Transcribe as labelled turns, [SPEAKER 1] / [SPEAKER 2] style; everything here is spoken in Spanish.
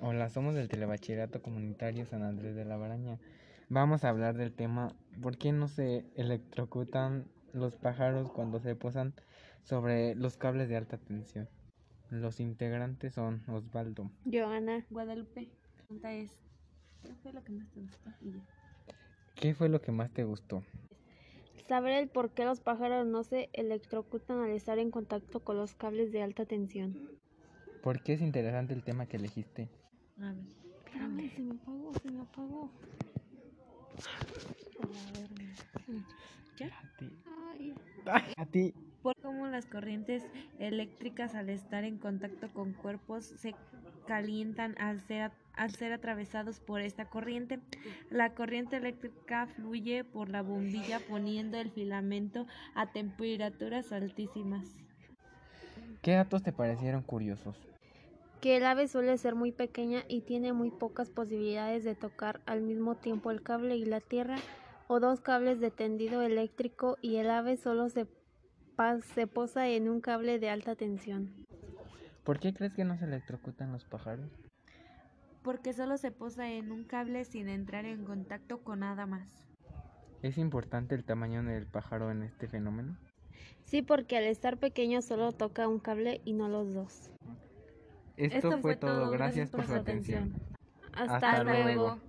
[SPEAKER 1] Hola, somos del Telebachillerato Comunitario San Andrés de la Baraña. Vamos a hablar del tema ¿Por qué no se electrocutan los pájaros cuando se posan sobre los cables de alta tensión? Los integrantes son Osvaldo,
[SPEAKER 2] Joana,
[SPEAKER 3] Guadalupe, la pregunta es, ¿qué fue lo que más te gustó? Y ya.
[SPEAKER 1] ¿qué fue lo que más te gustó?
[SPEAKER 2] saber el por qué los pájaros no se electrocutan al estar en contacto con los cables de alta tensión.
[SPEAKER 1] ¿Por qué es interesante el tema que elegiste?
[SPEAKER 3] A ver, espérame, se me apagó, se me apagó. A ver, ¿Ya? Ay.
[SPEAKER 1] A ti,
[SPEAKER 3] Por cómo las corrientes eléctricas al estar en contacto con cuerpos se calientan al ser, at- al ser atravesados por esta corriente. La corriente eléctrica fluye por la bombilla poniendo el filamento a temperaturas altísimas.
[SPEAKER 1] ¿qué datos te parecieron curiosos?
[SPEAKER 2] Que el ave suele ser muy pequeña y tiene muy pocas posibilidades de tocar al mismo tiempo el cable y la tierra o dos cables de tendido eléctrico y el ave solo se, pas- se posa en un cable de alta tensión.
[SPEAKER 1] ¿Por qué crees que no se electrocutan los pájaros?
[SPEAKER 3] porque solo se posa en un cable sin entrar en contacto con nada más.
[SPEAKER 1] ¿Es importante el tamaño del pájaro en este fenómeno?
[SPEAKER 2] Sí, porque al estar pequeño solo toca un cable y no los dos.
[SPEAKER 1] Esto, fue, todo. Gracias por su atención.
[SPEAKER 2] Hasta,
[SPEAKER 1] Hasta
[SPEAKER 2] luego.
[SPEAKER 1] luego.